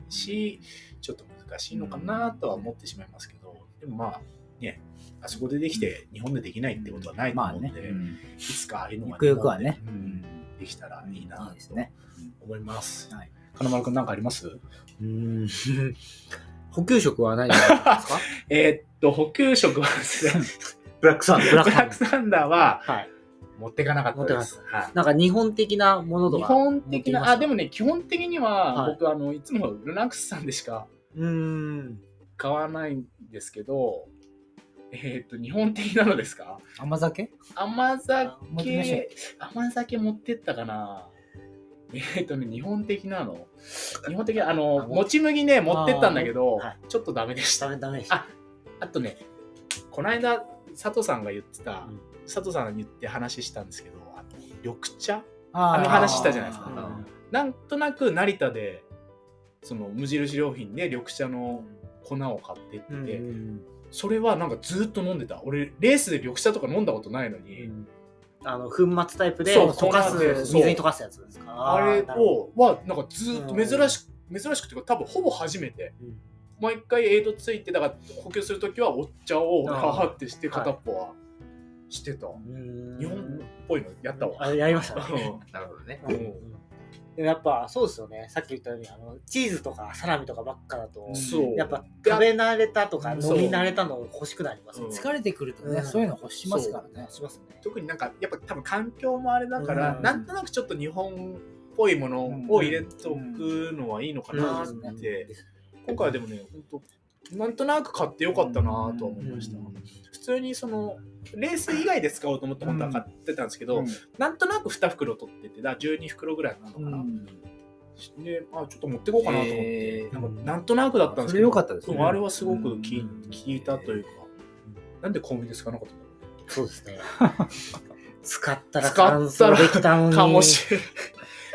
し、ちょっと難しいのかなとは思ってしまいますけど、でもまあ、ね、あそこでできて日本でできないってことはないとまあ思うんね、で、うんいつかああいうのがゆくゆくはね日本で、うんできたらいいいないですとね思います。はい金丸くんなんかありますうん補給食はないんじゃないですかえーっと、補給食はですね、ブラックサンブブララックサッンクサンダーははい。持ってかなかったです。はいなんか日本的なものと日か。本的持ってきましな、たあ、でもね、基本的にははい僕、あの、いつもルナックスさんでしかうーん。買わないんですけど、えーっと、日本的なのですか甘酒甘持ってきまし酒、甘酒持ってったかなえーっとね、日本的なの。日本的な、あの、あもち麦ね、持ってったんだけど、はいちょっとダメでしたダ。メダメでしああとね、この間、佐藤さんが言ってた、うん佐藤さんが言って話したんですけど、あの緑茶ああーの話したじゃないですかうんなんとなく成田で、その無印良品で緑茶の粉を買ってって、うんそれはなんかずっと飲んでた。俺、レースで緑茶とか飲んだことないのに、あの粉末タイプでそう溶かす粉末でそう水に溶かすやつですかあれーなるほを、は、なんかずっと珍しく、珍しくていうか、多分ほぼ初めて。うん毎回エイドついて、だから補給するときはお茶をあーハハってしてはい片っぽはしてた。どうん日本っぽいのやったわ。あやりましたねなるほどね。うんでもやっぱそうですよねさっき言ったようにあのチーズとかサラミとかばっかだ と、そう。やっぱ食べ慣れたとか飲そうみ慣れたの欲しくなりますうんね、疲れてくるとね、うんそういうの欲しますからねしますね特になんかやっぱ多分環境もあれだから、うんなんとなくちょっと日本っぽいものを入れとくのはいいのかなって、うん今回はでもね本当なんとなく買ってよかったなとは思いました、普通にそのレース以外で使おうと思って本当は買ってたんですけど、うんなんとなく2袋取っててだから12袋ぐらいなのかな、うんであちょっと持ってこうかなと思って、えーなんかなんとなくだったんですそけれ良どかったですそうねあれはすごく聞,、うん聞いたというか、なんでコンビニで使わなかったんだろうそうで すね使ったら使乾った燥らできたのにかもしれん。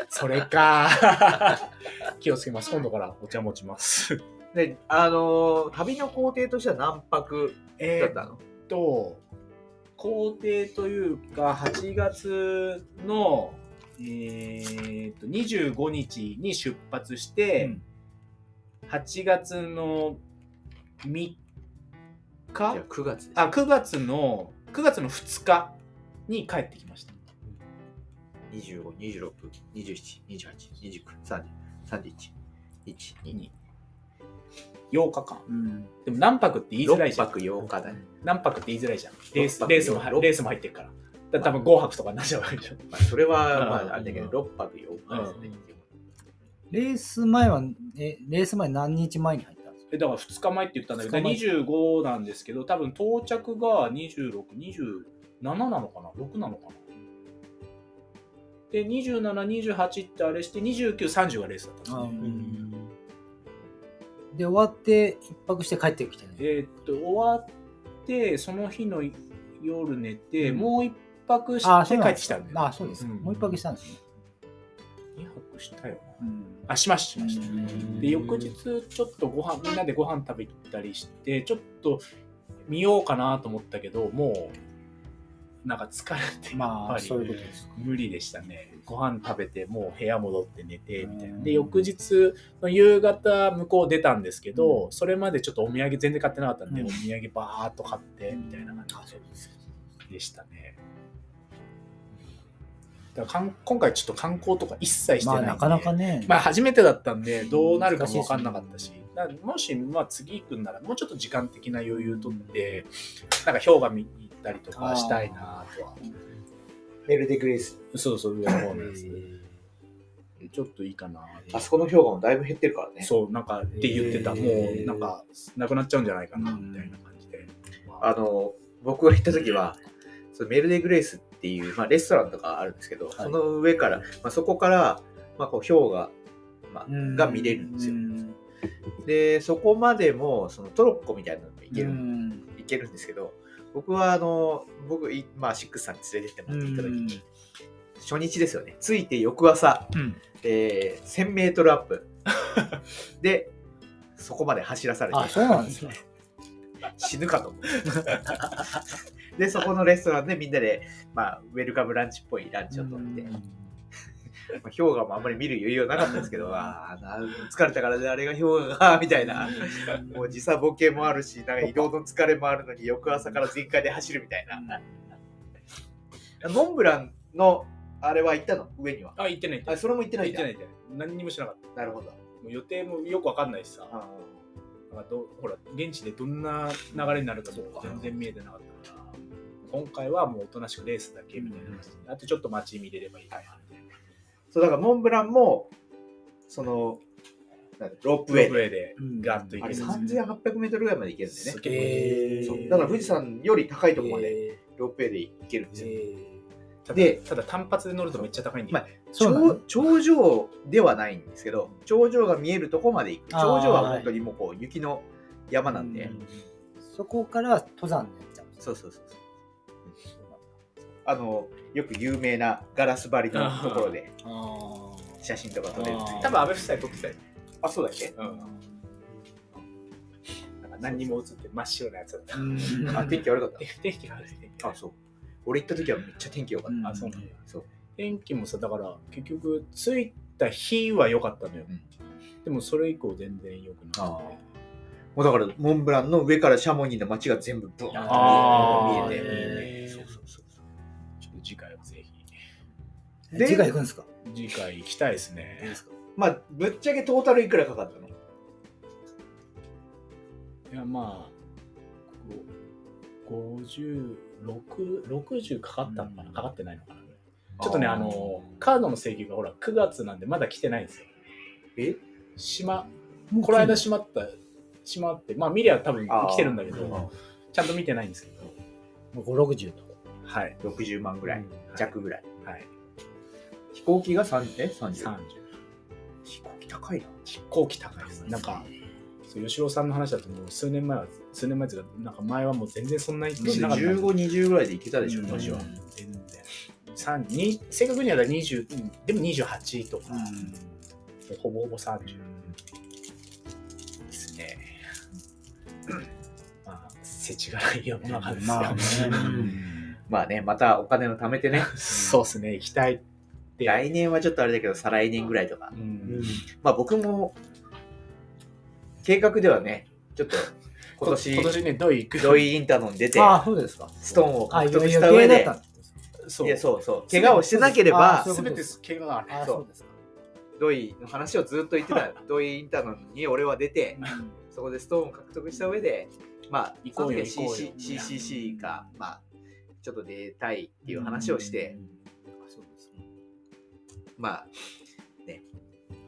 それか。 気をつけます。今度からお茶持ち ます。で、あのー旅の工程としては何泊だえったの？っと、工程というか、8月の、えーっと25日に出発して、8月の3じゃ日あ九月です。あ、9月の、9月の2日に帰ってきました。二十五、二十六、二十七、二十八、二十九、三十、三十一、一、二、 8日間。うんでも何泊って言いづらい六じゃん。泊八日だね。何泊って言いづらいじゃん。レー六ス泊レースも六レースも入ってるから。だから多分5泊とかになっちゃうわけでしょ。まあ、それは、うんまあ、あれだけど、6泊4日ですね。レース前は、え、レース前何日前に入ったんですかえだから2日前って言ったんだけど、二25なんですけど、多分到着が26、27なのかな ?6 なのかなで、27、28ってあれして、29、30がレースだったんですね。で、終わって、一泊して帰ってきてね。えーっと、終わって、その日の夜寝て、うんもう一泊あして帰ってきたんだよ。あ、そうですか。うんもう一泊したんですね。 2泊したよな。うんあ、しました、しました。でうん翌日ちょっとご飯みんなでご飯食べ行ったりしてちょっと見ようかなと思ったけどもうなんか疲れてやっまぱあ、そうりいうことです。無理でしたねご飯食べてもう部屋戻って寝てみたいなでうん翌日の夕方向こう出たんですけど、それまでちょっとお土産全然買ってなかったんで、うんお土産バーっと買ってみたいな感じでしたねだからかん今回ちょっと観光とか一切してないまあ、んで、なかなかね。まあ初めてだったんでどうなるかも分かんなかったしだからもしまあ次行くんならもうちょっと時間的な余裕とってなんか氷河見に行ったりとかしたいなとはメルディグレース。そうそう上の方のやつちょっといいかなあそこの氷河もだいぶ減ってるからね。そうなんかって言ってたへもーうなんかなくなっちゃうんじゃないかなみたいな感じであの、僕が行った時は、そのメルディグレースっていう、まあ、レストランとかあるんですけど、その上から、まあ、そこから、まあ、こう氷河、まあ、が見れるんですよ。うんで、そこまでも、そのトロッコみたいなのも行けるんでうん行けるんですけど僕はあの僕いまあシックスさんに連れてってもらっていた時に初日ですよね着いて翌朝、うんえー 1000m ア ップでそこまで走らされてあ、そうなん ですね。死ぬかと思う でそこのレストランでみんなで、まあ、ウェルカムランチっぽいランチをとって、うまんあ、氷河もあんまり見る余裕はなかったんですけどあーな疲れたからねあれが氷河がみたいなもう時差ボケもあるしなんか移動の疲れもあるのに翌朝から全開で走るみたいな。モンブランのあれは行ったの上には。あ行ってない行あ、それも行ってなっいんてだない行ってない行ってない何にもしなかったなるほど。もう予定もよく分かんないしさあなんかどほら現地でどんな流れになるかとか全然見えてなかったから今回はもうおとなしくレースだけみたいな感じで、あとちょっと街見れればいいかなみたいなそうだからモンブランも、その、なんだロープウロェーイプウェイでうんガッと行あけれる3800メートルぐらいまで行けるんですすね。げええーそうだから富士山より高いところまでえロープウェイで行けるんですよ。ーただでただ単発で乗るとめっちゃ高いんで、まあそうなの頂頂上ではないんですけど、頂上が見えるとこまで行く。あー頂上は本当にもうこう雪の山なんで、うんそこから登山になっちゃうんですねそうそうそうそう。あの、よく有名なガラス張りのところであ写真とか撮れるっていうあー多分安倍夫妻撮ってたよ、あ、そうだっけうん、なんか何にも映って真っ白なやつだったーうん あ、天気悪かった。天気が悪いねあ、そう。俺行った時はめっちゃ天気良かった。うんあそうなんだそう。天気もさだから結局着いた日は良かったのよ、うんでもそれ以降全然良くなくてもうだから、モンブランの上からシャモニーの街が全部ブーンあーって見えいいねて。そうそうそうちょっと次回はぜひで次回行くんですか次回行きたいですいいねで。すかまあ、ぶっちゃけトータルいくらかかったのいや、まあ、ご50、6 60かかったのかな、かかってないのかな。ちょっとね、あの、カードの請求がほら、9月なんでまだ来てないんですよ。え島、この間し閉まった、閉まって、まあ、見りゃ多分来てるんだけど、ちゃんと見てないんですけど、 560とはい。 60万ぐぐらい。弱ぐらい。はい。飛行機が3、え ?30。 30。飛行機高いな。飛行機高いです。なんか、そう吉郎さんの話だと、もう数年前は、数年前っていうか、なんか前はもう全然そんなにしなかったんです15、よ。 20ぐらいで行けたでしょ、うん昔は。全然三に正確にはだから20うんでも28とか、ほぼほぼ30ですね、まあ世知がない世の中ですよ、まあねまあね、またお金を貯めてね。そうですね行きたいって来年はちょっとあれだけど、再来年ぐらいとかう。うんんまあ僕も、計画ではね、ちょっと今こ今年、年ねどう行くドイ・インタノン出て、ああそうですかストーンをあ獲予得定した上だっでた、んですそういやそうそう、怪我をしてなければあ、そう全て怪我があるああそうそうですかドイの話をずっと言ってた、ドイ・インタノンに俺は出て、そこでストーンを獲得した上で、まあ、行こうよその時は行こうよ CC CCC か、まあ、ちょっと出たいっていう話をして、そうですまあ、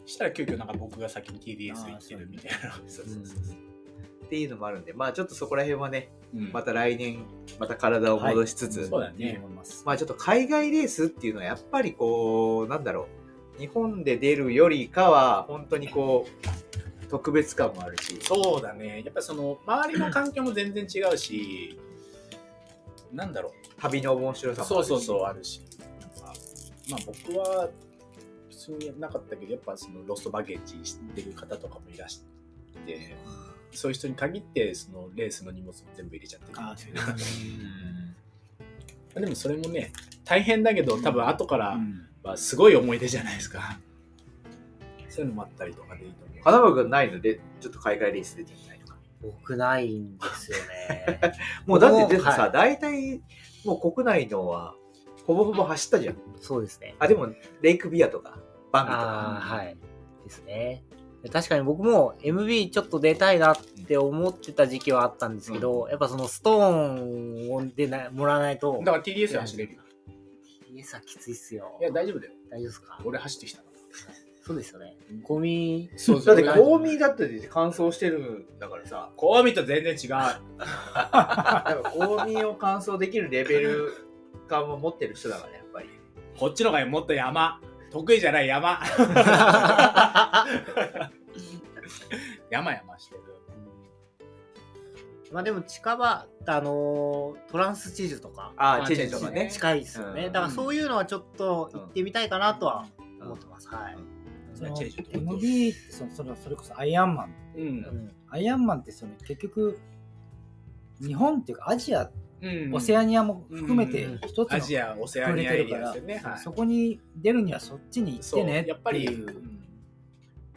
したら急遽なんか僕が先に TDS 行ってるみたいな。そうそうそうそうっていうのもあるんで、まあちょっとそこら辺はね、うんまた来年、また体を戻しつつ、はいそうだねいいと思います。まあちょっと海外レースっていうのはやっぱりこう、なんだろう、日本で出るよりかは、本当にこう、特別感もあるし、そうだね。やっぱりその周りの環境も全然違うし、なんだろ旅の面白う。さもそあるうし。そうそうあるし。なんかまあ僕は普通になかったけど、やっぱそのロストバゲッジしてる方とかもいらして、そういう人に限ってそのレースの荷物も全部入れちゃってるみたいなあーうんでもそれもね、大変だけど、多分後からうんはすごい思い出じゃないですか。そういうのもあったりとかでいいと思う。花丸がないので、ちょっと海外レース出てみないとか。僕ないんですよね。 もうだって、でもはいさ、大体、もう国内のは、ほぼほぼ走ったじゃん。そうですね。あ、でも、レイクビアとか、バンビとああ、か。はい。ですね。確かに僕も MB ちょっと出たいなって思ってた時期はあったんですけど、やっぱそのストーンをでなもらわないとだ、から TDS で走れるよ。イエスはきついっすよい。や、大丈夫だよ。大丈夫ですか俺走ってきたから。そうですよね。ゴミ、そうだそって、う。こコーミーだって乾燥してるんだから さ、こう見ると全然違う。やっぱコーミーを乾燥できるレベル感を持ってる人だから、やっぱり。こっちの方がもっと山。得意じゃない 山。山山してる。まあでも近場、あのートランス地図とか、ああー、チェジェとかね。近いですよね、うんだからそういうのはちょっと行ってみたいかなとはうん思ってます。はい。それはチェンジってこと MB ってそのそのそれこそアイアンマンう。うんんアイアンマンってその結局日本っていうかアジア、うん。オセアニアも含めてうん一つアのジア、オセア触れニアてエるリかアでら、すよね。はいそこに出るにはそっちに行ってねそうやっっぱてり、いううん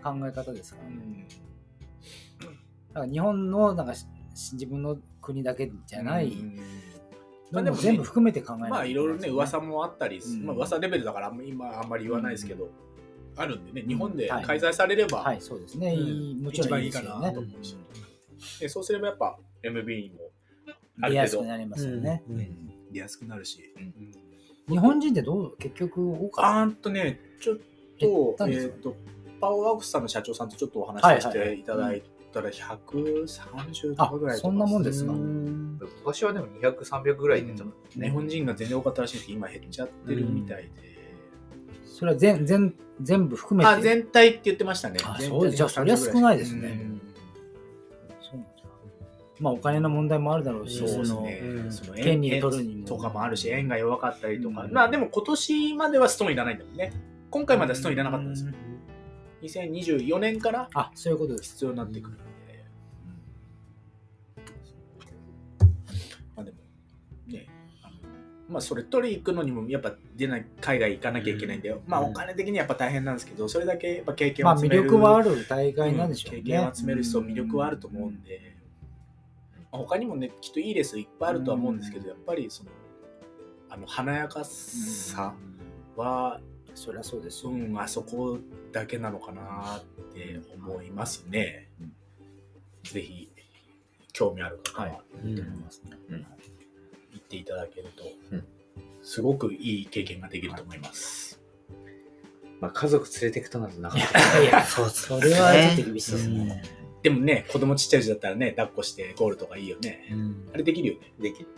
考え方ですからうね。んだから日本のなんかし自分の国だけじゃない、うんどんどん全部含めて考えないまあいろいろね噂もあったりす、うんまあ噂レベルだからあんま今あんまり言わないですけど、あるんでね日本ではい開催されれば、はい、そうですね。うんいいもち一ろん番いいいいでかすよなねと。思うし、でそうすればやっぱ MB にもあ出るや程すく度なりますよね。うんうん出やすくなるし、うん日本人ってどう結局多あーかっんとねちょっ減とったんえっ、ですかとパオワークスさんの社長さんとちょっとおはい話はいししていただいたら130とかぐらいとかあそんなもんですかうん昔はでも200、300ぐらいで多分ね日本人が全然多かったらしいんですけど今減っちゃってるみたいで、たそれは全全全部含めて。あ全体って言ってましたねあ全体そうじゃあそりゃ少ないですねそうなんですかまあお金の問題もあるだろううんし、そうですのね、うんその権利取るにも円とかもあるし円が弱かったりとか、うんまあでも今年まではストーンいらないんだもんね今回まではストーンいらなかったんですよう2024年からあ、そういうことです。必要になってくるんで、まあでもねあのまあそれ取り行くのにもやっぱ出ない海外行かなきゃいけないんで、まあお金的にはやっぱ大変なんですけどそれだけやっぱ経験をまあ積魅める、力はある大会なんでしょうね。うん経験を集めるしそう魅力はあると思うんで、まあ他にもねきっといいレースいっぱいあるとは思うんですけど、やっぱりそのあの華やかさは、そりゃそうですうよ。んあそこだけなのかなって思いますね、ぜひ興味ある方ははうんと思いますね行っていただけると、うんすごくいい経験ができると思います、まあ、家族連れてくとなるとなかなかいや、そうそれはちょっと厳しいですね。でもね子供ちっちゃい時だったらね抱っこしてゴールとかいいよねあれできるよねできる。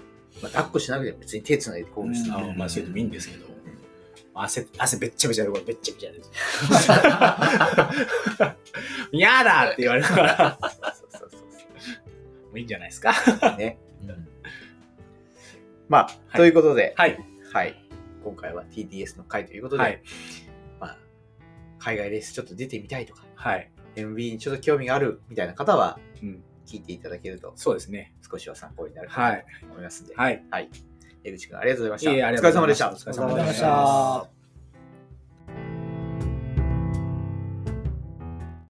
まあ、抱っこしなくても別に手つないでこうしてあのまあそういうのもいいんですけど、汗汗べっちゃべちゃでこれべっちゃべちゃ ですやだって言われるからそうそうそうそもういいんじゃないですかう。ね。まあ、ということで、はいはい。今回は TDS の回ということで、はいまあ、海外レースちょっと出てみたいとか、はい、 MB にちょっと興味があるみたいな方は、うん、聞いていただけるとそうですね少しは参考になるかはないと思いますんで、はい江口くんありがとうございました。いえいえありおが疲とうれございま様でししたた。お疲れ様でしたお疲れ様でした